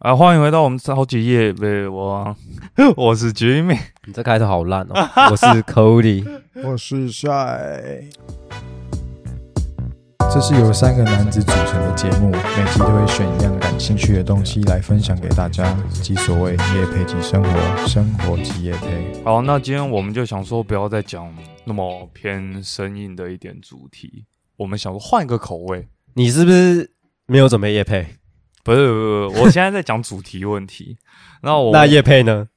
啊，欢迎回到我们超级夜呗，我 我是 Jimmy，你这开头好烂哦！我是 Cody，我是帅。这是由三个男子组成的节目，每集都会选一样感兴趣的东西来分享给大家，即所谓夜配即生活，生活即夜配。好，那今天我们就想说不要再讲那么偏生硬的一点主题，我们想说换一个口味，你是不是没有准备叶配？不是不是，不是我现在在讲主题问题， 那我那叶配呢？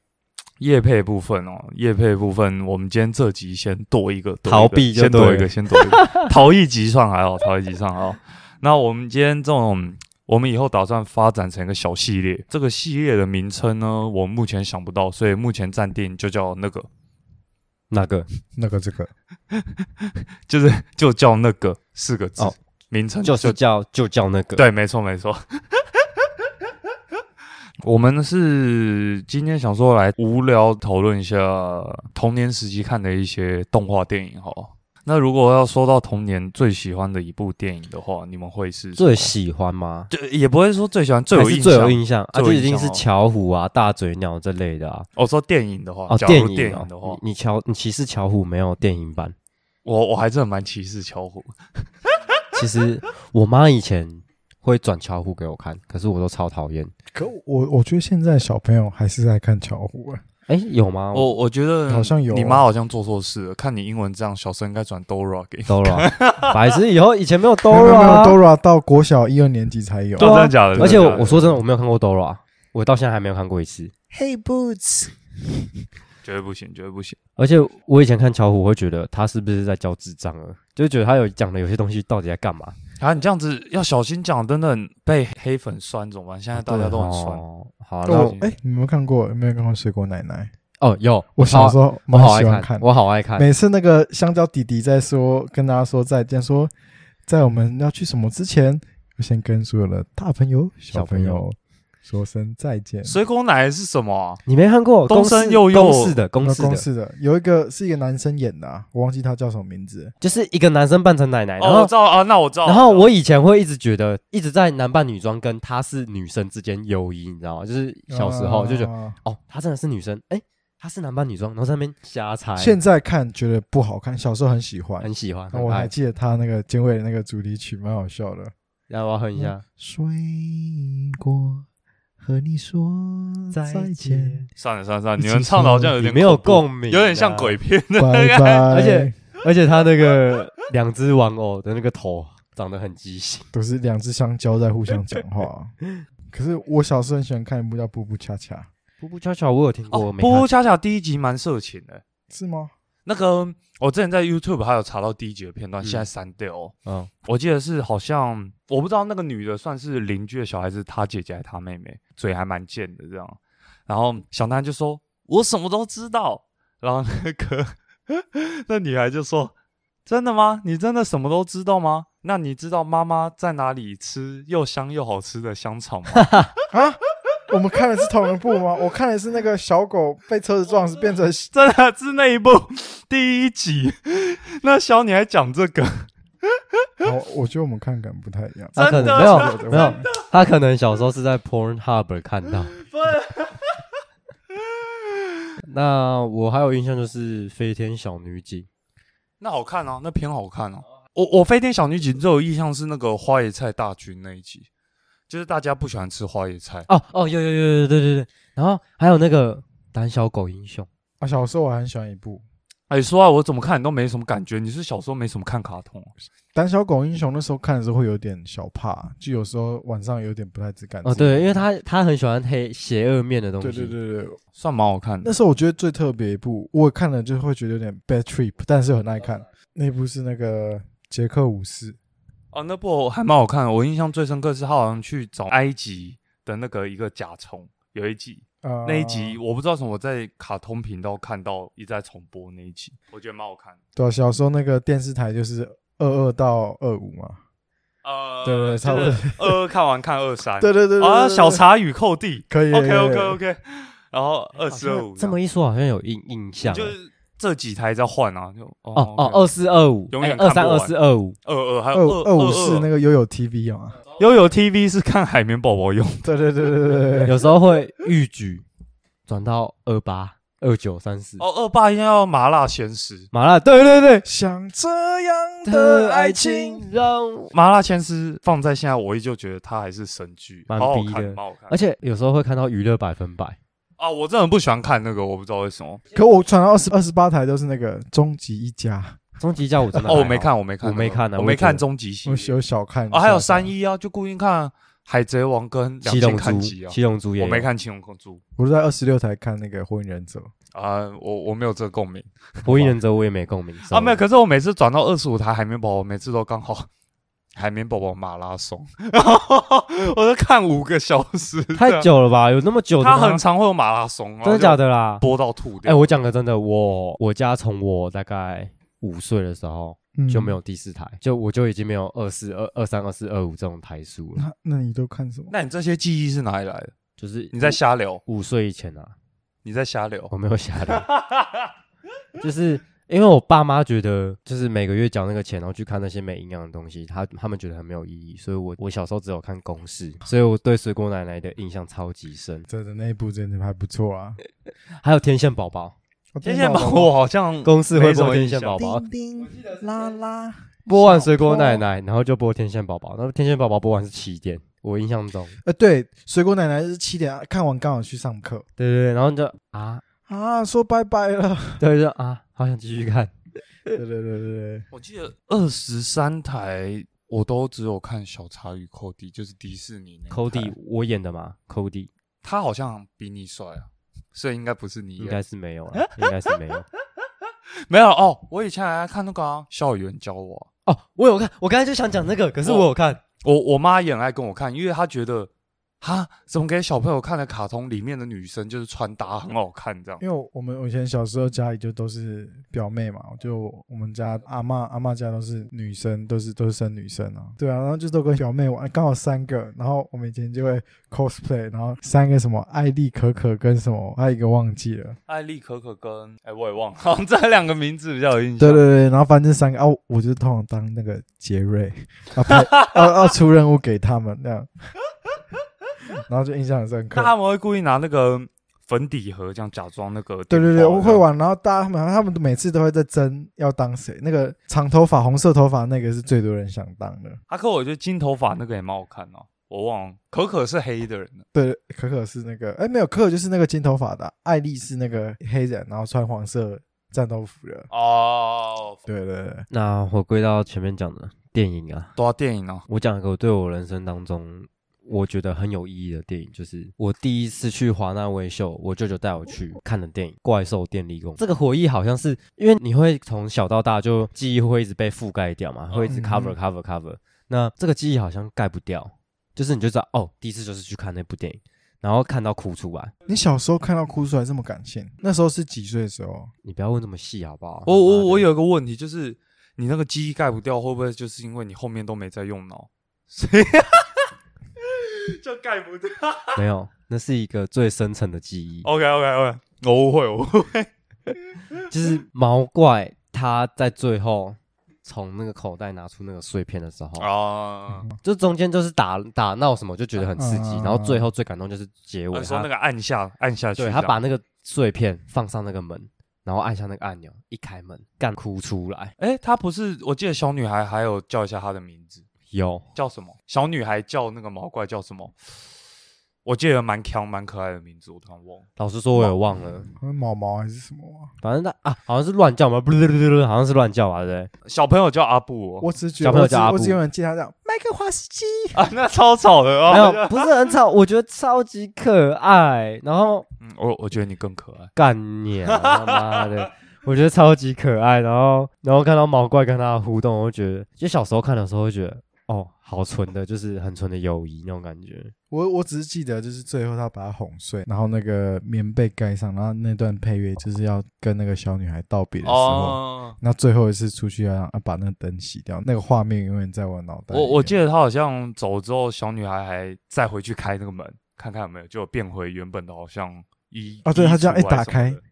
叶配部分哦，叶配部分，我们今天这集先多一个，多一个逃避就先多一对个，了先多一个， 逃一集算还好，哦逃一集算还好。那我们今天这种，我们以后打算发展成一个小系列，这个系列的名称呢，我目前想不到，所以目前暂定就叫那个，哪个？那个这个就是就叫那个四个字、哦名称就是叫就叫那个。，对，没错没错。 我们是今天想说来无聊讨论一下童年时期看的一些动画电影哈。那如果要说到童年最喜欢的一部电影的话，你们会是什么最喜欢吗？就也不会说最喜欢，最有还印是最有象。印象最啊，有就印一定象是哦巧虎啊、大嘴鸟这类的啊。我、说电影的话，哦，假如影电哦影的话，你你巧你歧视巧虎没有电影版？我我还真的蛮歧视巧虎。其实我妈以前会转巧虎给我看，可是我都超讨厌。可我我觉得现在小朋友还是在看巧虎、啊，哎，有吗？我我觉得好啊像有你哦妈好像做错事了。看你英文这样，小生应该转 Dora 给你。 Dora，白痴，以后以前没有没有没有 Dora，没有啊 Dora 到国小一二年级才有。哦真啊的假的？而且真的我假的我说真的，我没有看过 Dora，我到现在还没有看过一次。 Hey Boots，绝对不行，绝对不行。而且我以前看巧虎，我会觉得他是不是在教智障啊？就觉得他有讲的有些东西到底在干嘛？啊，你这样子要小心讲，等等被黑粉酸怎么办？现在大家都很酸。哦。好啊，那哦我，哎、你有没有看过？有没有看过《水果奶奶》？哦有，我小时候候我蛮好爱喜欢看看，，我好爱看。每次那个香蕉弟弟在说跟大家说再见，说在我们要去什么之前，要先跟所有的大朋友、小小朋朋友说声再哦见。水果奶是什么啊、你没看过？东公式森幼幼公式的公那式的哦公，式的有一个是一个男生演的、啊，我忘记他叫什么名字。就是一个男生扮成奶哎奶，然哦，我后知道啊，那我知道。然后知道我以前会一直觉得一直在男扮女装跟他是女生之间友谊，你知道吗？就是小时啊候就觉得得，哦，他真的是女生，哎，他是男扮女装，然后在那边瞎猜，现在看觉得不好看，小时候很喜欢。哎很喜欢，那很我还爱。记得他那个结尾的那个主题曲，蛮好笑的。然后我要哼一下，水果和你说嗯再见，算了算了算了，一你起们唱的好像有你点没有恐怖共鸣，啊有点像鬼。片的。拜拜。 而且 而且他那个两只玩偶的那个头长得很畸形，都是两只香蕉在互相讲话。 可是我小时候很喜欢看一部叫《步步恰恰》，布布悄悄我有听过，哦，我没波看波恰恰第一集蛮色情的。是吗？那个我之前在 YouTube 还有查到第一集的片段，嗯现在删掉哦。嗯，我记得是好像我不知道那个女的算是邻居的小孩子，她姐姐还是她妹妹，嘴还蛮贱的这样。然后小男孩就说：“我什么都知道。”然后那个 那女孩就说：“真的吗？你真的什么都知道吗？那你知道妈妈在哪里吃又香又好吃的香肠吗？” 啊， 我们看的是同一部吗？我看的是那个小狗被车子撞，是变 成真的是那一部 第一集， 那小女孩讲这个，哦，我觉得我们看感不太一样。他可真的能没真有的没有，他可能小时候是在 Pornhub 看到。 那我还有印象就是《飞天小女警》，那好看哦，那片好看哦。我我飞天小女警最有印象是那个花椰菜大军那一集，就是大家不喜欢吃花椰菜。哦哦，有有有有对对对，然后还有那个胆小狗英雄，啊，小时候我还很喜欢一部哎、说啊，我怎么看你都没什么感觉，你是小时候没什么看卡通哦、 《胆小狗英雄》，那时候看的时候会有点小怕，就有时候晚上有点不太自敢。哦对，因为他他很喜欢黑邪恶面的东西，对对对对，算蛮好看的那。时候我觉得最特别一部，我看了就会觉得有点 bad trip，但是很爱看。那部是那个杰克武士，哦，那部还蛮好看的。我印象最深刻是他好像去找埃及的那个一个甲虫，有一集，呃，那一集我不知道为什么，我在卡通频道看到一直在重播那一集，我觉得蛮好看的。对啊、小时候那个电视台就是二二到二五嘛。呃，对对对差不多就是二二看完看二三，对对对对啊，对对小茶与寇弟可以。 ，OK OK 可以 OK，然后二十二五这么一说好像有印印象，就是这几台在换啊，就哦哦哦， ，OK 二四二五，哎永远二看三不二完四二五，二二还有二二二五四那个个悠悠啊 TV 有吗？悠悠 TV 是看海绵宝宝用，对对对对对对，有时候会预举转到二八、二九、三四。哦，二爸应该要麻辣鲜师，麻辣，对对对，像这样的爱情，让，麻辣鲜师放在现在，我依旧觉得它还是神剧，蛮好好逼的看，蛮好看。而且有时候会看到娱乐百分百，啊，我真的很不喜欢看那个，我不知道为什么。可我传到二十二十八台都是那个终极一家，终极教舞真的哦，我还没好，看，我没看那我个，没看啊我我没也觉得看终极系我列嗯哦有小看啊，还有小看三一啊，就固定看海贼王跟两七龙性看珠，集啊，七龙珠也我没有，看七龙珠我都在二十六台看那个《火影忍者》，啊，我我没有这个共鸣火影忍者我也没共鸣啊，没有。 sorry 可是我每次转到二十五台海绵宝宝，每次都刚好 海绵宝宝马拉松， 我都看五个小时，太久了吧？有那么久这的样，吗？它啊很啊常会有马拉松，真的假的？的啦？播到吐哎、掉。我讲个真的，我我家从我大概五岁的时候嗯就没有第四台，就我就已经没有二四二二三二四二五这种台数了，那那你都看什么？那你这些记忆是哪里来的？就是你在瞎聊，五岁以前啊，你在瞎聊。我没有瞎的，就是因为我爸妈觉得，就是每个月缴那个钱，然后去看那些没营养的东西，他他们觉得很没有意义，所以我我小时候只有看公式，所以我对水果奶奶的印象超级深，这的那一部真的还不错啊！还有天线宝宝，哦天线宝，我好 像公式会没什播么天印线象宝宝，叮叮啦啦， 播完水果奶奶，然后就播天线宝宝，然后天线宝宝播完是七点，我印象中。呃，对，水果奶奶是七点看完，刚好去上课对对对，然后你就啊，啊，说拜拜了。对就啊，好想继续看。对对对对对，我记得二十三台我都只有看《小茶与寇弟》，就是迪士尼那一台 Cody 我演的嘛，Cody 他好像比你帅啊，所以应该不是你应演该是没有了，应该是没有。没有哦。我以前还看那个、啊《校园交往》，哦，我有看，我刚才就想讲这个，可是我有看，我我妈也很爱跟我看，因为她觉得哈，怎么给小朋友看的卡通里面的女生就是穿搭很好看这样。因为我们我以前小时候家里就都是表妹嘛，就我们家阿嬷阿嬷家都是女生，都是都是生女生啊。对啊，然后就都跟表妹玩，刚好三个，然后我们以前就会 cosplay，然后三个什么艾丽可可跟什么，还有一个忘记了。艾丽可可跟哎、我也忘了， 好像这两个名字比较有印象。对对对，然后反正三个啊，我就通常当那个杰瑞，啊拍要要出任务给他们那样， 然后就印象很深那刻。他们会故意拿那个粉底盒这样假装那个。对对对，我会。玩，然后大家他们他们每次都会在争要当谁，那个长头发红色头发那个是最多人想当的。阿克，啊我觉得金头发那个也蛮好看哦。我忘了，可可是黑的人了对，可可是那个，哎没有，可可就是那个金头发的啊，艾丽是那个黑人，然后穿黄色战斗服的。哦，对对对，那回归到前面讲的电影啊，多少电影哦？我讲一个我对我人生当中我觉得很有意义的电影，就是我第一次去华纳威秀，我舅舅带我去看的电影《怪兽电力公司》。这个回忆好像是因为你会从小到大就记忆会一直被覆盖掉嘛，会一直嗯 cover cover cover。那这个记忆好像盖不掉，就是你就知道哦，第一次就是去看那部电影，然后看到哭出来。你小时候看到哭出来这么感性，那时候是几岁的时候？你不要问这么细好不哦好？我我我有有一个问题，就是你那个记忆盖不掉，会不会就是因为你后面都没在用 脑， 所以就盖不掉没有？那是一个最深层的记忆。 ？OK OK OK，我误会，我误会。嗯就是毛怪他在最后从那个口袋拿出那个碎片的时候， 啊，就中间就是打打闹什么，就觉得很刺激，嗯然后最后最感动就是结尾，我啊说那他个按下按下去这对样，他把那个碎片放上那个门，然后按下那个按钮，一开门干哭出来，哎，他不是，我记得小女孩还有叫一下她的名字，有叫什么？小女孩叫那个毛怪叫什么？我记得蛮强蛮可爱的名字，我突然忘了。老实说我也忘了，好像毛毛还是什么啊、反正他啊好像是乱 叫嘛，不不不不，好像是乱叫吧，对不小朋友叫阿布、哦，我只是觉小得，朋友我只叫阿我只布有人见他这样，麦克华斯基，啊，那超吵的对？哦。没有，不是很吵，我觉得超级可爱，然后嗯我我觉得你更可爱。干你啊！他妈的，我觉得超级可爱。然后，然后看到毛怪跟他的互动，我就觉得，就小时候看的时候，会觉得，哦，好纯的，就是很纯的友谊那种感觉。我我只是记得，就是最后他把他哄睡，然后那个棉被盖上，然后那段配乐就是要跟那个小女孩道别的时候，哦，那、最后一次出去要让、啊、把那个灯熄掉，那个画面永远在我脑袋里我面。我记得他好像走之后，小女孩还再回去开那个门，看看有没有，就变回原本的，好像一啊对她这样一打，衣橱还开是什么的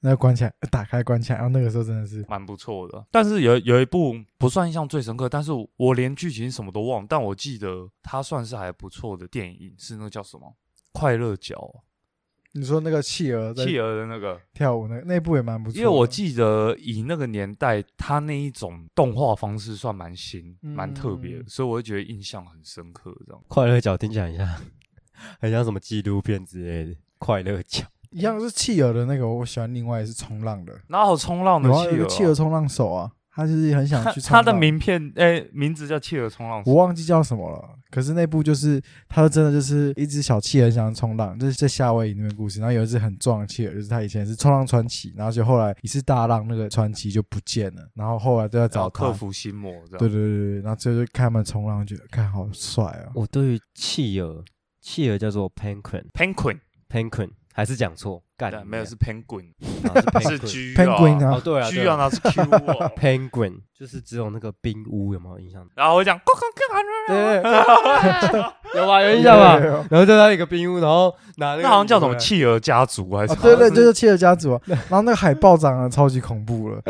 那关起来， 呃打开关起来，然后那个时候真的是蛮不错的。但是有有一部不算印象最深刻，但是我连剧情什么都忘了，但我记得它算是还不错的电影，是那个叫什么《快乐角你说那个企鹅》在企鹅的那个，跳舞那个那部也蛮不错啊的，因为我记得以那个年代，它那一种动画方式算蛮新、蛮特别的，嗯所以我就觉得印象很深刻。这样快乐角听起来很像，很像什么纪录片之类的。快乐角，一样是企鹅的那个，我喜欢另外是冲浪的，哪有冲浪的然后有企鹅一个啊？企鹅冲浪手啊，他就是很想他去冲他浪。啊的名片哎、名字叫企鹅冲浪手我忘记叫什么了，可是那部就是他真的就是一只小企鹅想要冲浪，就是在夏威夷那边故事。然后有一只很壮的企鹅，就是他以前是冲浪传奇，然后就后来一次大浪，那个传奇就不见了，然后后来都在然找后他哦克。服心魔这样。对对对对，然后最后就看他们冲浪，觉得看好帅啊！我对于企鹅，企鹅叫做 penguin，penguin Penguin，还是讲错，干没有是 Penguin，啊是 是 G penguin 啊 Penguin 啊哦对啊，G 对啊啊那是 Q 哦。 ，penguin 就是只有那个冰屋有没有印象？然后我讲， 对，有吧，有印象吧？对然后再到一个冰屋，然后拿那个那好像叫什么回来企鹅家族还是什啊么？对对，就是企鹅家族啊。然后那个海豹长得超级恐怖了，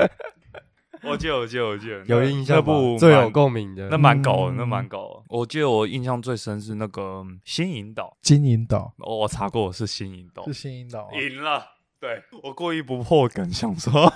我记得，我记得，我记得有印象吧那部最有蛮共鸣的那蛮搞的，嗯那蛮搞的。我记得我印象最深是那个嗯新引导，金银岛哦我查过是新引导是，新引岛啊，赢了。对我故意不破梗，想说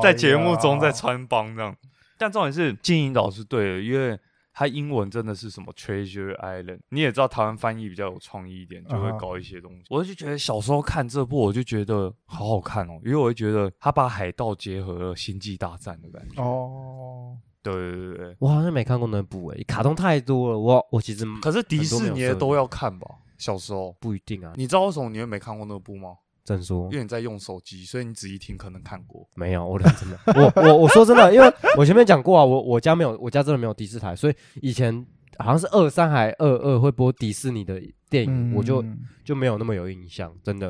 在节目中在呀穿帮这样。但重点是金引导是对的，因为它英文真的是什么 Treasure Island，你也知道台湾翻译比较有创意一点，就会啊哈搞一些东西。我就觉得小时候看这部，我就觉得好好看哦，因为我会觉得它把海盗结合了星际大战的感觉。嗯哦，对对对对，我好像没看过那部诶、卡通太多了，我我其实可是迪士很多尼没的有涉猎都要看吧？小时候，不一定啊。你知道为什么你会没看过那部吗？真说因为你在用手机，所以你仔细听可能看过。没有，我认真的， 我我我说真的，因为我前面讲过啊，我我家没有，我家真的没有第四台，所以以前好像是二三还二二会播迪士尼的哎电影，我就嗯就没有那么有印象，真的。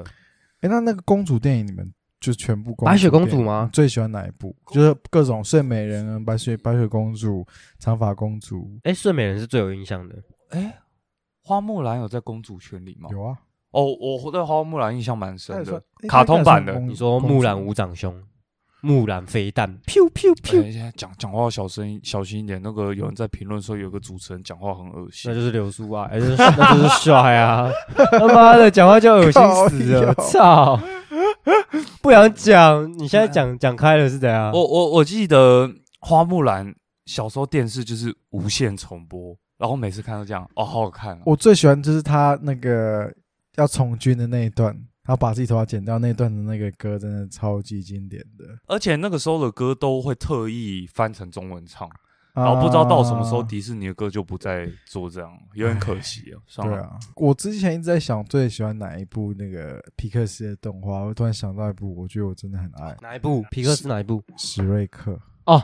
哎，那那个公主电影你们就全部公主白雪公主电影吗你最喜欢哪一部？就是各种睡美人啊、白雪白雪公主、长发公主，哎，睡美人是最有印象的，哎、花木兰有在公主圈里吗？有啊，哦，我对花木兰印象蛮深她也算的。卡通版的你说木兰，无长兄，木兰飞弹，pew pew 哎、 pew，现在讲讲话小声小心一点。那个有人在评论说有个主持人讲话很恶心那，就是流苏啊，哎就是那就是帅 啊，他妈的讲话就恶心死了，靠操！不想讲，你现在讲讲开了是怎样？我我我记得花木兰小时候电视就是无限重播，然后每次看都这样，哦，好好看、啊。我最喜欢就是她那个要从军的那一段，她把自己头发剪掉那一段的那个歌，真的超级经典的。而且那个时候的歌都会特意翻成中文唱，然哦后不知道到什么时候啊迪士尼的歌就不再做这样了，有点可惜啊。算对了，啊，我之前一直在想最喜欢哪一部那个皮克斯的动画，我突然想到一部，我觉得我真的很爱哪一部？皮克斯哪一部？史瑞克。哦，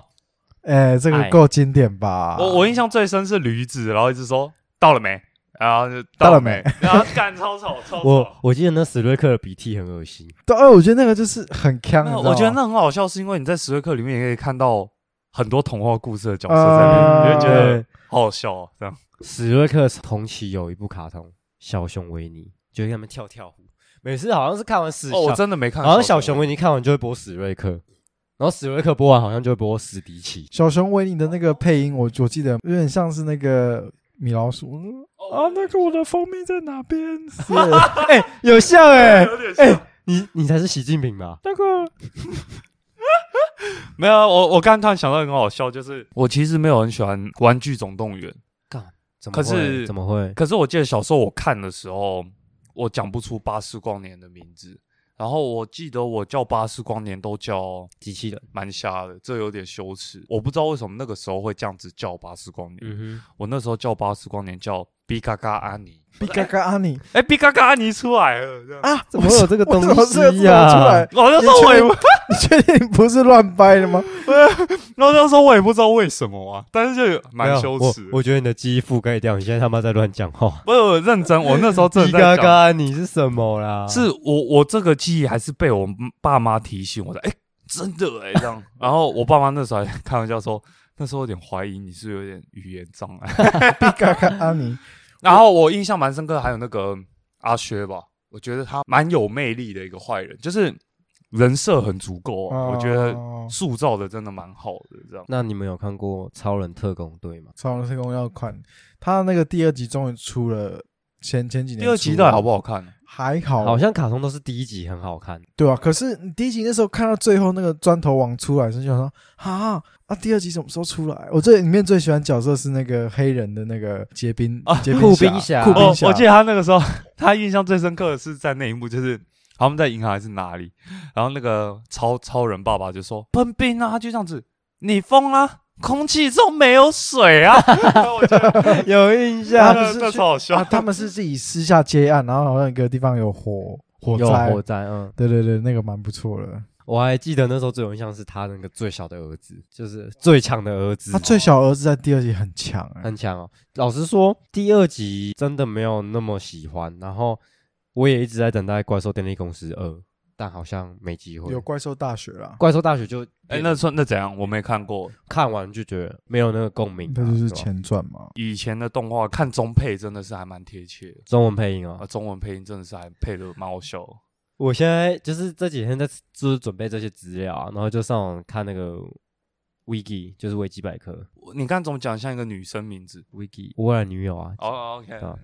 哎、这个爱够经典吧？我我印象最深是驴子，然后一直说到了没，然后就到了没，然后干超丑超我丑。我记得那史瑞克的鼻涕很恶心，对，哎，我觉得那个就是很强，那你知啊我觉得道吗那很好笑，是因为你在史瑞克里面也可以看到很多童话故事的角色在那边，你就觉得啊对好好笑哦。这样史瑞克同期有一部卡通《小熊维尼》，就跟他们跳跳舞，每次好像是看完史，哦，我小真的没看。好像小熊维尼看完就会播史瑞克，然后史瑞克播完好像就会播史迪奇。 小熊维尼的那个配音，我我记得有点像是那个米老鼠嗯啊，那个我的蜂蜜在哪边？是哎、有像哎、有点哎、你你才是习近平吧？那个没有啊，我我刚刚突然想到一个很好笑，就是我其实没有很喜欢《玩具总动员》，怎么可会是怎么会？可是我记得小时候我看的时候，我讲不出巴斯光年的名字。然后我记得我叫巴斯光年都叫机器人？蛮瞎的，这有点羞耻。我不知道为什么那个时候会这样子叫巴斯光年。嗯我那时候叫巴斯光年叫比嘎嘎阿尼，比嘎嘎阿尼哎，比嘎嘎阿尼出来了，这样。啊，怎么会有这个我东怎么这个字西跑呀、出来？我就说我也不，你确定你不是乱掰的吗？然后就说我也不知道为什么啊，但是就没蛮有羞耻我。的。我觉得你的记忆覆盖掉，你现在他妈在乱 讲话。不是我认真，我那时候真鸡的在嘎啊讲嘎，你是什么啦？是我我这个记忆还是被我爸妈提醒我的，哎、真的哎、这样。然后我爸妈那时候还开玩笑说，那时候有点怀疑你是不是有点语言障碍。 比嘎嘎阿尼，然后我印象蛮深刻的还有那个阿薛吧，我觉得他蛮有魅力的一个坏人，就是人设很足够啊，哦我觉得塑造的真的蛮好的，这样。那你们有看过《超人特工队》吗？超人特工要款，他那个第二集终于出了，前前几年第二集出到了底好不好看？啊还好，好像卡通都是第一集很好看，对啊，可是你第一集那时候看到最后那个砖头王出来的时候，就想说啊啊，第二集什么时候出来？我最里面最喜欢角色是那个黑人的那个结冰啊结酷冰冰侠酷酷哦冰，侠。我记得他那个时候，他印象最深刻的是在那一幕，就是他们在银行还是哪里，然后那个超超人爸爸就说：“奔冰啊，他就这样子，你疯啦、空气中没有水 啊！”然后我觉得有印他他不们是这去超好笑啊，。他们是自己私下接案，然后好像有个地方有火火有灾，火灾，嗯，对对对，那个蛮不错的。我还记得那时候最有印象是他那个最小的儿子，就是最强的儿子他，最小儿子在第二集很强、欸，很强哦。老实说，第二集真的没有那么喜欢，然后我也一直在等待《怪兽电力公司二》，但好像没机会。有怪兽大学啦，怪兽大学就哎、那算那怎样？我没看过看完就觉得没有那个共鸣啊，那就是对吧前传嘛。以前的动画，看中配真的是还蛮贴切的，中文配音哦啊，。中文配音真的是还配的蛮好笑的。我现在就是这几天在就是准备这些资料啊，然后就上网看那个 wiki，就是维基百科我你刚怎么讲像一个女生名字？ wiki 我未来女友啊，哦、o k 啊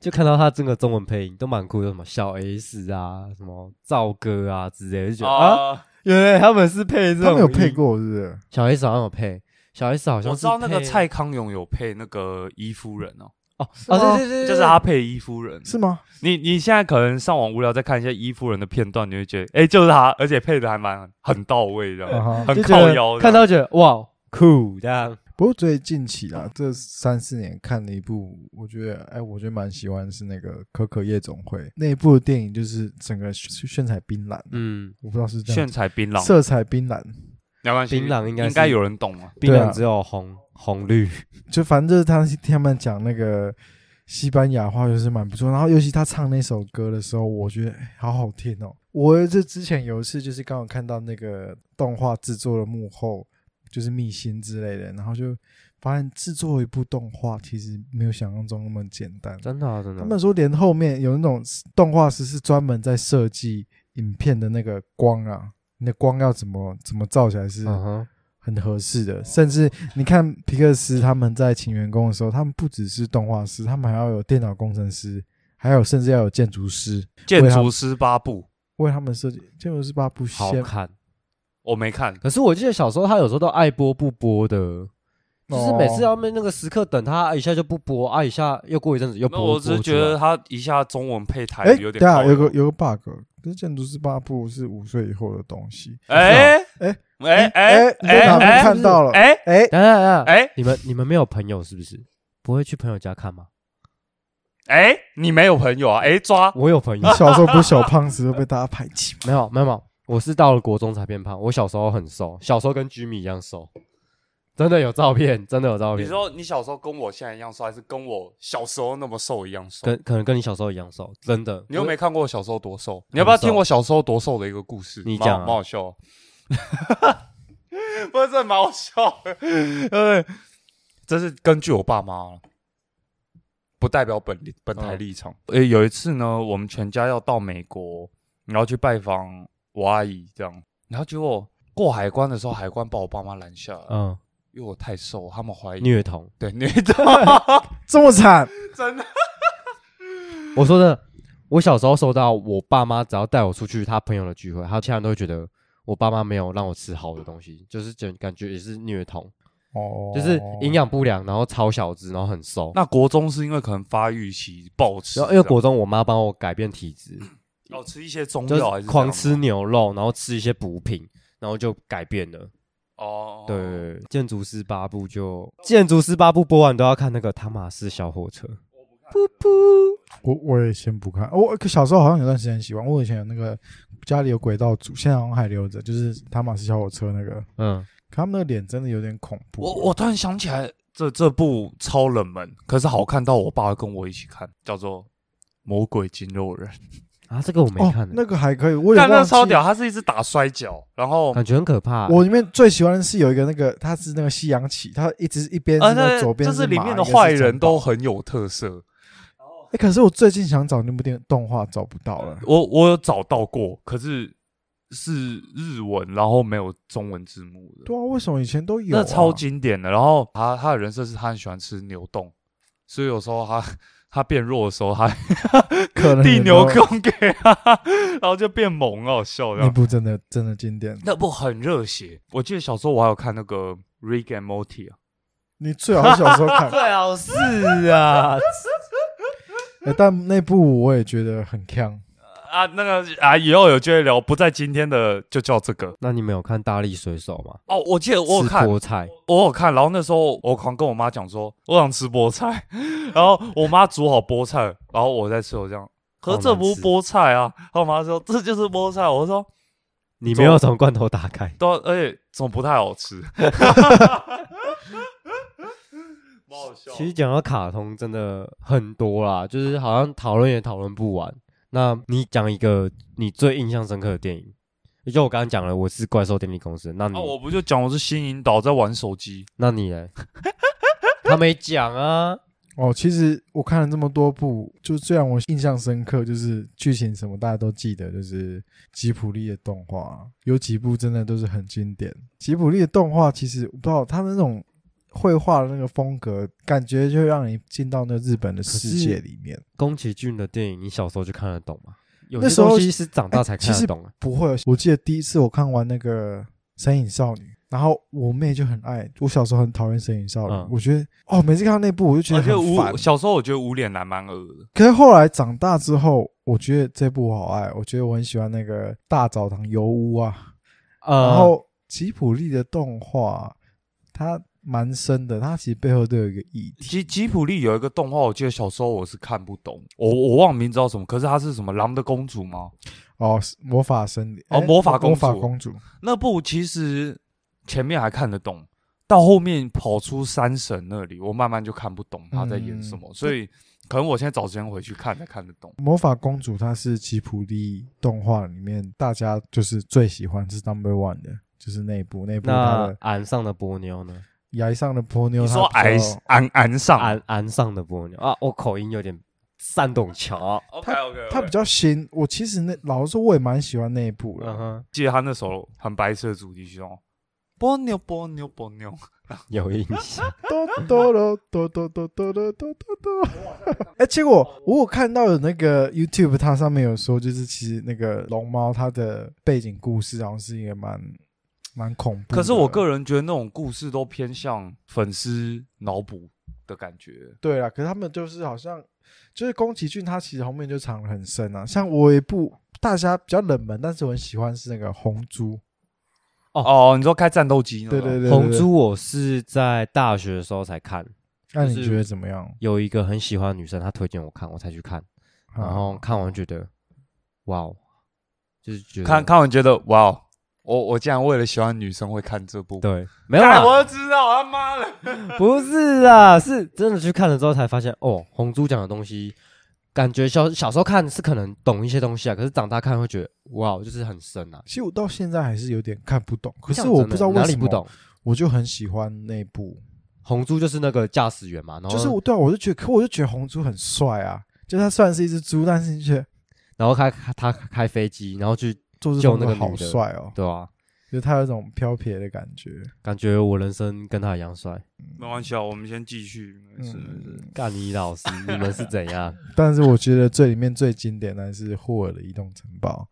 就看到他整个中文配音都蛮酷的，什么小 S 啊，什么赵哥啊之类的，就觉得、啊，啊，原来他们是配这种，他们有配，过是不是？小 S 好像有配，小 S 好像我是知道那个配蔡康永有配那个伊夫人哦，哦吗哦对对对对，就是他配伊夫人。是吗？你你现在可能上网无聊再看一下伊夫人的片段，你会觉得，哎、就是他，而且配的还蛮很到位这啊样，哈。很嗯就觉靠得腰的。看到觉得哇酷这样，不过最近期啦，这三四年看了一部，我觉得哎，我觉得蛮喜欢是那个《可可夜总会》那一部电影，就是整个炫炫彩槟榔，嗯，我不知道是这炫样，彩槟榔，色彩槟榔，没关系，槟榔应该应该是有人懂啊。槟对啊榔只有红红绿，就反正就是他他们讲那个西班牙话，就是蛮不错。然后尤其他唱那首歌的时候，我觉得、哎好好听哦。我这之前有一次就是刚好看到那个动画制作的幕后，就是秘辛之类的，然后就发现制作一部动画其实没有想象中那么简单。真的啊嗯真的他啊，们说连后面有那种动画师是专门在设计影片的那个光啊，你的光要怎么怎么照起来是嗯哼，很合适的。甚至你看皮克斯他们在请员工的时候，他们不只是动画师，他们还要有电脑工程师，还有甚至要有建筑师建筑师八部为他们设计。建筑师吧不好先看。我没看，可是我记得小时候他有时候都爱播不播的，就是每次要哦面那个时刻等他一下就不播，啊一下又过一阵子又那播。我只播是出觉得来他一下中文配台哎，语有点对啊，靠腰。有个有个 bug，可是建筑师吧不是五岁以后的东西。哎哎哎哎，哎你在哪边哎看到了？哎哎等一下等一下，哎你们你们没有朋友是不是？不会去朋友家看吗？哎，你没有朋友啊？哎，抓我有朋你友，小时候不是小胖子会被大家排挤吗？没有没有没有，我是到了国中才变胖。我小时候很瘦，小时候跟居米一样瘦，真的有照片，真的有照你片。说你小时候跟我现在一样瘦，还是跟我小时候那么瘦一样瘦？跟可能跟你小时候一样瘦，真的。你又我没看过我小时候多瘦，你要不要很瘦听我小时候多瘦的一个故事？你蛮好讲啊蛮好笑哦。 不是，这蛮好 笑的，呃，这是根据我爸妈，啊不代表本立本台嗯立场。呃，有一次呢，我们全家要到美国，然后去拜访我阿姨，这样，然后结果过海关的时候，海关把我爸妈拦下来，嗯因为我太瘦，他们怀疑虐童。对虐待， 这么惨，真的我说真的，我小时候受到我爸妈只要带我出去他朋友的聚会，他家人都会觉得我爸妈没有让我吃好的东西，就是感感觉也是虐童，哦就是营养不良，然后超小只，然后很瘦。那啊国中是因为可能发育期暴吃，然后因为国中我妈帮我改变体质，哦吃一些中就药还是是狂这吃样吗牛肉，然后吃一些补品，然后就改变了。哦，对对，对建筑师八部就建筑师八部播完都要看那个汤马斯小火车，我我也先不看，哦我可小时候好像有段时间喜欢，我以前有那个家里有轨道组，现在好像还留着，就是汤马斯小火车那个，嗯，可他们那个脸真的有点恐怖。哦我我突然想起来，这这部超冷门，可是好看到我爸跟我一起看，叫做《魔鬼筋肉人》，啊，这个我没哦看，，那个还可以，我也但忘欸那记超屌，。他是一直打摔跤，然后感觉很可怕。我里面最喜欢的是有一个那个，他是那个西洋棋，他一直一边是啊，那那个左边就是马里面的一个是坏人城堡都很有特色，哎，可是我最近想找那部电动画找不到了，我我有找到过，可是是日文，然后没有中文字幕的，对啊，为什么以前都有、啊？那超经典的。然后他他的人设是他很喜欢吃牛冻，所以有时候他他变弱的时候，他 可能递也牛啊都控给他，然后就变萌，好笑这那样。部真的真的经典。那部很热血，我记得小时候我还有看那个 Rick and Morty 啊，你最好小时 候看，最好是啊，欸但那部我也觉得很强。啊那个啊以后有机会聊，不在今天的就叫这个那你们有看《大力水手》吗？哦。我记得我有吃看，菠菜，我有看，然后那时候我狂跟我妈讲说，我想吃菠菜， 然后我妈煮好菠菜，然后我在吃，我这样，可是这不是菠菜啊，然后我妈说这就是菠菜，我说你没有从罐头打开，都而且怎么不太好 吃，不好笑其实讲到卡通真的很多啦，就是好像讨论也讨论不完。那你讲一个你最印象深刻的电影，就我刚刚讲了，我是怪兽电力公司。那你、那、哦啊我不就讲我是新引导在玩手机，那你嘞？他没讲啊，哦，其实我看了这么多部，就最让我印象深刻就是剧情什么大家都记得，就是吉普力的动画，有几部真的都是很经典。吉普力的动画其实我不知道他们那种绘画的那个风格，感觉就会让你进到那日本的世界里面。宫崎骏的电影你小时候就看得懂吗？有那些时候东西是长大才哎看其得实懂啊。不会，我记得第一次我看完那个《神隐少女》，然后我妹就很爱，我小时候很讨厌《神隐少女》嗯我觉得哦，每次看到那部我就觉而得且很烦无。小时候我觉得无脸男蛮恶的，可是后来长大之后，我觉得这部我好爱，我觉得我很喜欢那个大澡堂油屋啊，嗯呃，然后吉普力的动画，它蛮深的，它其实背后都有一个意义。吉吉普力有一个动画，我记得小时候我是看不懂，我我忘了名字叫什么，可是它是什么狼的公主吗？哦，是魔法森林哦哎魔法公魔法主公主，那部其实前面还看得懂，到后面跑出山神那里，我慢慢就看不懂他在演什么，嗯所以可能我现在找时间回去看才看得懂。魔法公主她是吉普力动画里面大家就是最喜欢是 number one 的，就是那一部那一部它那的岸上的波妞呢？崖上的波妞，你说它矮比较安安啊上岸岸上的波妞啊，我口音有点煽动桥。 ，OK OK，它比较新，我其实那老实说我也蛮喜欢那一部的，嗯哼，记得他那首很白色的主题曲哦，波妞波妞波妞，有印象。哆哆哆哆哆哆哆哆哆哆哆。哎，结果我有看到有那个 YouTube，它上面有说，就是其实那个龙猫它的背景故事好像是一个蛮蛮恐怖 的。可是我个人觉得那种故事都偏向粉丝脑补的感觉。对啊啦，可是他们就是好像就是宫崎骏，他其实后面就藏得很深啊。像我有一部大家比较冷门，但是我很喜欢是那个《红猪》。哦，你说开战斗机那对个？对对，对红。对猪我是在大学的时候才看，那就你是觉得怎么样？有一个很喜欢的女生，她推荐我看，我才去看，啊然后看完觉得，哇，哦，就是觉得看看完觉得哇哦，我我竟然为了喜欢女生会看这部，啊对，没有干，啦，我就知道他妈的。不是啦，是真的去看了之后才发现，哦，红猪讲的东西，感觉小小时候看是可能懂一些东西啊，可是长大看会觉得，哇，哦，就是很深啊。其实我到现在还是有点看不懂，可是讲我真不的知道为哪什里不么，懂，我就很喜欢那部。红猪就是那个驾驶员嘛，然后就是我对啊，我就觉得，可我就觉得红猪很帅啊，就他虽然是一只猪，但是你觉得然后他他开飞机，然后去做就这那个个好女的帅哦，对啊，就他有一种飘撇的感觉。感觉我人生跟他一样帅。没关系啊，我们先继续。没事没事。干你老师，你们是怎样？嗯 但是我觉得最里面最经典的还是霍尔的移动城堡，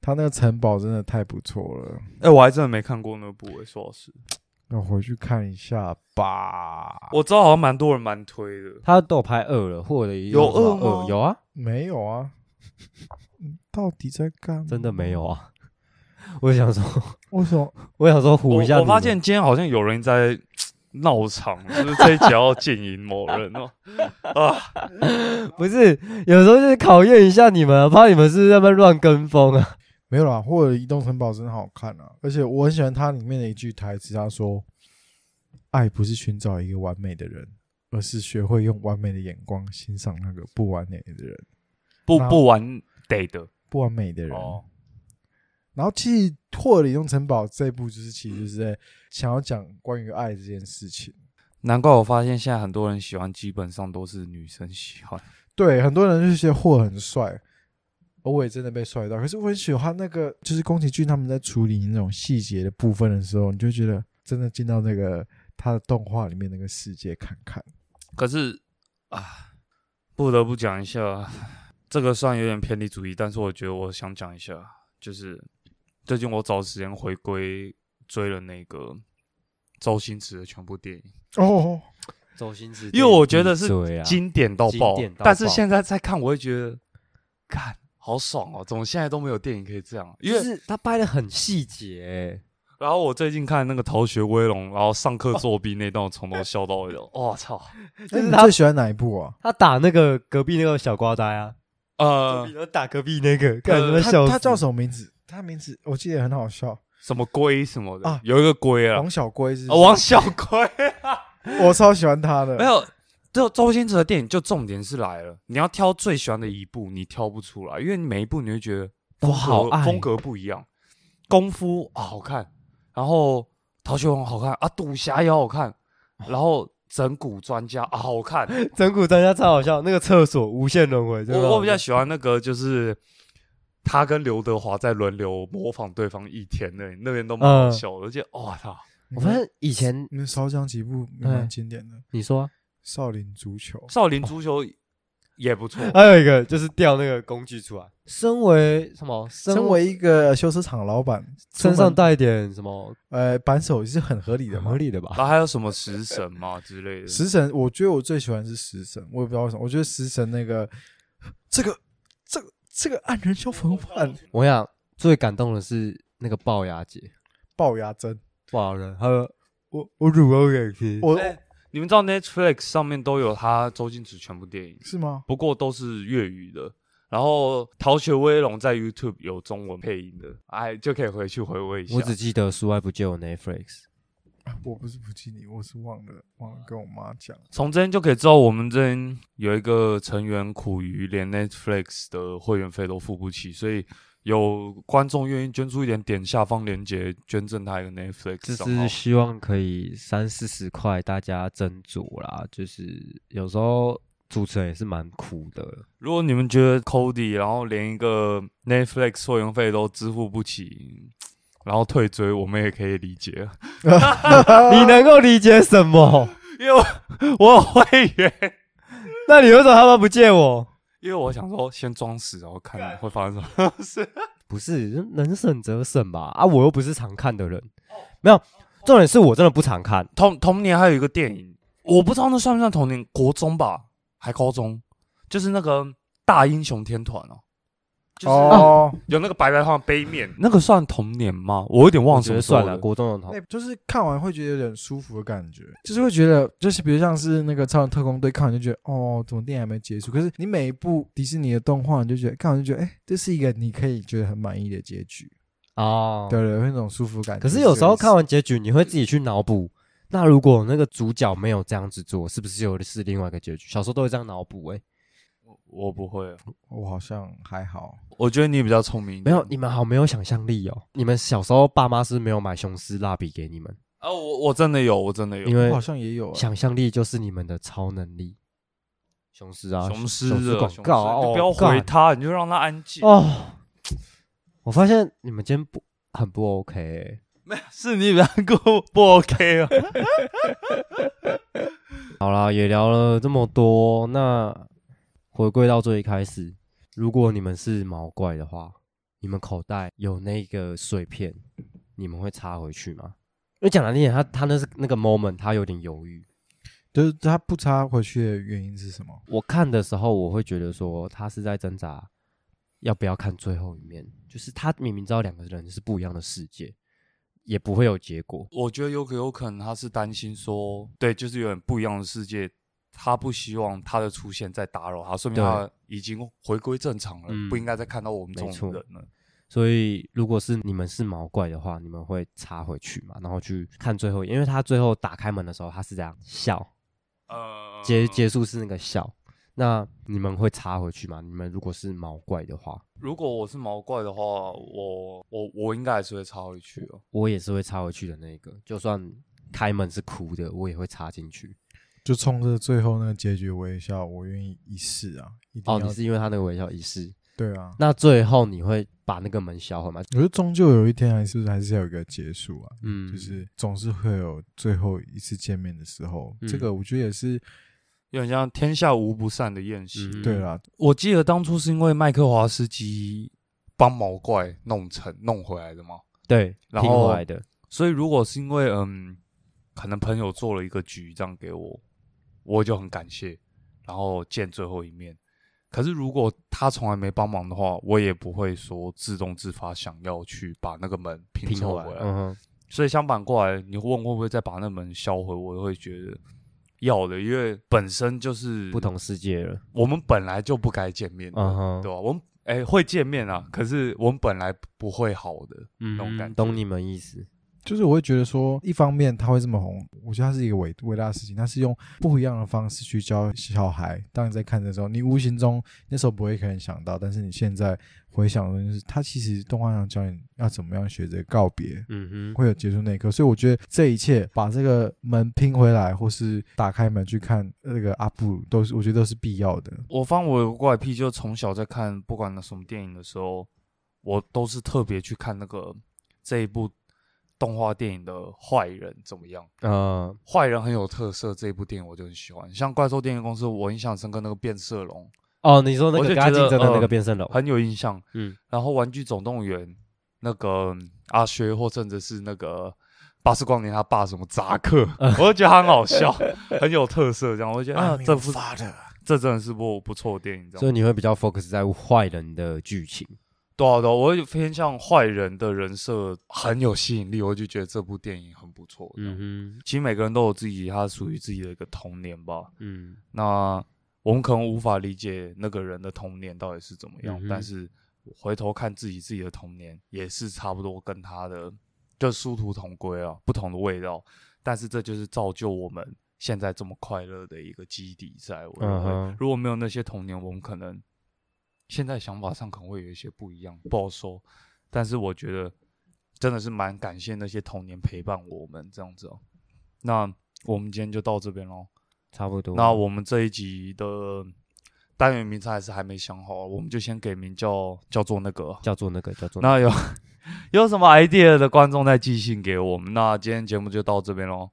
他那个城堡真的太不错了，哎、我还真的没看过那部诶、说老实，要回去看一下吧。我知道好像蛮多人蛮推的。他都有拍二了，或者有二吗有啊，没有啊，嗯到底在干嘛？真的没有啊。 我想说，为什么？我想说唬一下我我你们发现今天好像有人在闹场，是不是这一集要静音某人哦？不是，有时候就是考验一下你们，啊怕你们是不是在那边乱跟风啊。 没有啦，霍尔的移动城堡真的好看啊，而且我很喜欢它里面的一句台词，他说：“爱不是寻找一个完美的人，而是学会用完美的眼光欣赏那个不完美的人，不然后不玩得的不完美的人。哦，然后其实《霍尔的移动城堡》这一部就是其实就是在想要讲关于爱这件事情。难怪我发现现在很多人喜欢，基本上都是女生喜欢。对，很多人就觉得霍尔很帅，偶尔真的被帅到。可是我很喜欢那个，就是宫崎骏他们在处理那种细节的部分的时候，你就会觉得真的进到那个他的动画里面那个世界看看。可是啊，不得不讲一下，这个算有点偏离主题，但是我觉得我想讲一下，就是最近我找时间回归追了那个周星驰的全部电影，哦，周星驰，因为我觉得是对啊，经典到爆。经典到但是爆现在再看，我会觉得，看好爽哦！怎么现在都没有电影可以这样？因为就是他拍的很细节，欸然后我最近看那个《逃学威龙》，然后上课作弊那段，我从头笑到尾的。我、操！那是你他最喜欢哪一部啊？他打那个隔壁那个小瓜呆啊，呃，都打隔壁那个，干看他妈呃他他笑他叫什么名字？他名字我记得很好笑，什么龟什么的，啊有一个龟啊，王小龟是不啊是王小龟。 我超喜欢他的。没有，就周星驰的电影，就重点是来了，你要挑最喜欢的一部，你挑不出来，因为每一部你会觉得风我好格爱风格不一样。功夫啊好看，然后逃学王好看啊，赌侠也好看，然后整蛊专家啊好看。整蛊专家超好笑，那个厕所无限轮回，真的我我比较好笑喜欢那个就是。他跟刘德华在轮流模仿对方一天的，那边都蛮好嗯笑的，而且哇操，你我们发现以前你们少讲几部哎蛮经典的《你说啊，少林足球》少林足球也不错， 还有一个就是掉那个工具出来，身为什么？身为一个修车厂的老板，身出上啊门带一点什么呃扳手是很合理的嘛合。理的吧？ 然后还有什么食神嘛之类的，食神，我觉得我最喜欢是食神，我也不知道为什么，我觉得食神那个这个这个这个黯然销魂饭我想最感动的是那个龅牙姐，龅牙真，龅牙人，还有我我乳沟也吃，我哎你们知道 Netflix 上面都有他周星驰全部电影，是吗？ 不过都是粤语的。然后《逃学威龙》在 YouTube 有中文配音的，哎，就可以回去回味一下我。只记得书外不借我 Netflix，啊我不是不记你，我是忘了忘了跟我妈讲。从这边就可以知道，我们这边有一个成员苦于连 Netflix 的会员费都付不起，所以有观众愿意捐出一点点，下方链接捐赠他一个 Netflix 就账号是。希望可以三四十块大家斟酌啦，就是有时候主持人也是蛮苦的，如果你们觉得 Cody，然后连一个 Netflix 会员费都支付不起，然后退追，我们也可以理解。你能够理解什么？ 因为我 我有会员，那你为什么他们不借我？因为我想说先装死，然后看会发生什么事。不是，能省则省吧。啊，我又不是常看的人，没有。重点是我真的不常看，同同年还有一个电影，我不知道那算不算童年，国中吧，还高中，就是那个大英雄天团哦、就是哦，有那个白白胖杯面，那个算童年吗？我有点我忘觉哦什得么算了，了。国中的同那就是看完会觉得有点舒服的感觉，就是会觉得，就是比如像是那个《超人特工队》，看完就觉得，哦，怎么电影还没结束？可是你每一部迪士尼的动画，你就觉得看完就觉得，哎，这是一个你可以觉得很满意的结局，哦。对对，会有那种舒服感。可是有时候看完，完结局，你会自己去脑补。嗯那如果那个主角没有这样子做，是不是有的是另外一个结局？小时候都会这样脑补，哎，我不会，我好像还好，我觉得你比较聪明一点。没有，你们好没有想象力哦。你们小时候爸妈是不是没有买雄狮蜡笔给你们，啊，我我真的有，我真的有因。为我好像也有、欸。想象力就是你们的超能力。雄狮啊，雄狮雄的狮广雄狮告啊，你哦不要干回他，你就让他安静。哦，我发现你们今天不很不 OK，、欸、 是你比较不不 OK 啊。好啦，也聊了这么多，那回归到最一开始，如果你们是毛怪的话，你们口袋有那个碎片，你们会插回去吗？因为讲难听点，他他那是那个 moment，他有点犹豫。就是他不插回去的原因是什么？我看的时候，我会觉得说他是在挣扎要不要看最后一面，就是他明明知道两个人是不一样的世界，也不会有结果。我觉得有可有可能他是担心说，对，就是有点不一样的世界，他不希望他的出现再打扰他，说明对他已经回归正常了，嗯不应该再看到我们这种没错人了。所以，如果是你们是毛怪的话，你们会插回去嘛？然后去看最后，因为他最后打开门的时候，他是这样笑，呃，结结束是那个笑。那你们会插回去吗？你们如果是毛怪的话，如果我是毛怪的话，我我我应该还是会插回去哦。我也是会插回去的那一个，就算开门是哭的，我也会插进去。就冲着最后那个结局微笑，我愿意一试啊！一定哦，要你是因为他那个微笑仪式，对啊，那最后你会把那个门销毁吗？我觉得终究有一天还是还是要有一个结束啊，嗯，就是总是会有最后一次见面的时候，嗯这个我觉得也是有点像天下无不散的宴席。嗯对啦，我记得当初是因为麦克华斯基帮毛怪弄成弄回来的嘛，对然拼后回来的，所以如果是因为嗯，可能朋友做了一个局这样给我，我就很感谢，然后见最后一面。可是如果他从来没帮忙的话，我也不会说自动自发想要去把那个门拼拼凑回回来，来。嗯哼，所以相反过来，你问会不会再把那门销毁，我会觉得要的，因为本身就是不，同世界了，我们本来就不该见面的嗯哼对吧、我们哎、会见面啊，可是我们本来不会好的，嗯种感觉懂你们意思，就是我会觉得说，一方面他会这么红，我觉得他是一个伟伟大的事情，他是用不一样的方式去教小孩。当你在看的时候，你无形中那时候不会可能想到，但是你现在回想的就是，他其实动画上教你要怎么样学着告别，嗯哼，会有结束那一刻。所以我觉得这一切把这个门拼回来，或是打开门去看那个阿布鲁，都是我觉得都是必要的。我方我有个怪癖，就从小在看不管什么电影的时候，我都是特别去看那个这一部动画电影的坏人怎么样。呃，坏人很有特色，这一部电影我就很喜欢。像怪兽电影公司，我印象深刻那个变色龙哦，你说那我个就跟他觉竞得争的那呃个变身龙，很有印象。哦嗯，然后《玩具总动员》那个嗯阿薛，或甚至是那个巴斯光年他爸什么扎克，嗯我就觉得他很好笑，很有特色。这样，我就觉得啊，这部这真的是部不错的电影。这所样，以你会比较 focus 在坏人的剧情，对啊对啊，我会偏向坏人的人设很有吸引力，我就觉得这部电影很不错。嗯，嗯哼，其实每个人都有自己他属于自己的一个童年吧。嗯，那我们可能无法理解那个人的童年到底是怎么样，嗯哼但是回头看自己自己的童年，也是差不多跟他的就殊途同归啊，不同的味道。但是这就是造就我们现在这么快乐的一个基底在。我认为嗯哼如果没有那些童年，我们可能现在想法上可能会有一些不一样，不好说。但是我觉得真的是蛮感谢那些童年陪伴我们这样子哦。那我们今天就到这边喽。差不多。那我们这一集的单元名称还是还没想好，啊我们就先给名叫叫做那个。叫做那个叫做那那有有什么 idea 的观众再寄信给我们。那今天节目就到这边喽，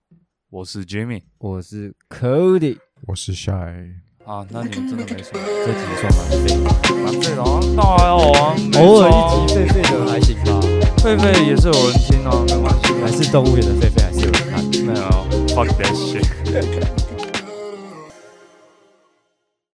我是 Jimmy 我是 Cody，我是 shy。啊，那你们真的没什么这集算蛮废的，蛮废的啊，那还好啊，没错啊偶尔一集废废的还行吧，狒狒也是有人听啊，没关系，还是动物园的狒狒还是有人看。没有 fuck that 啊 shit。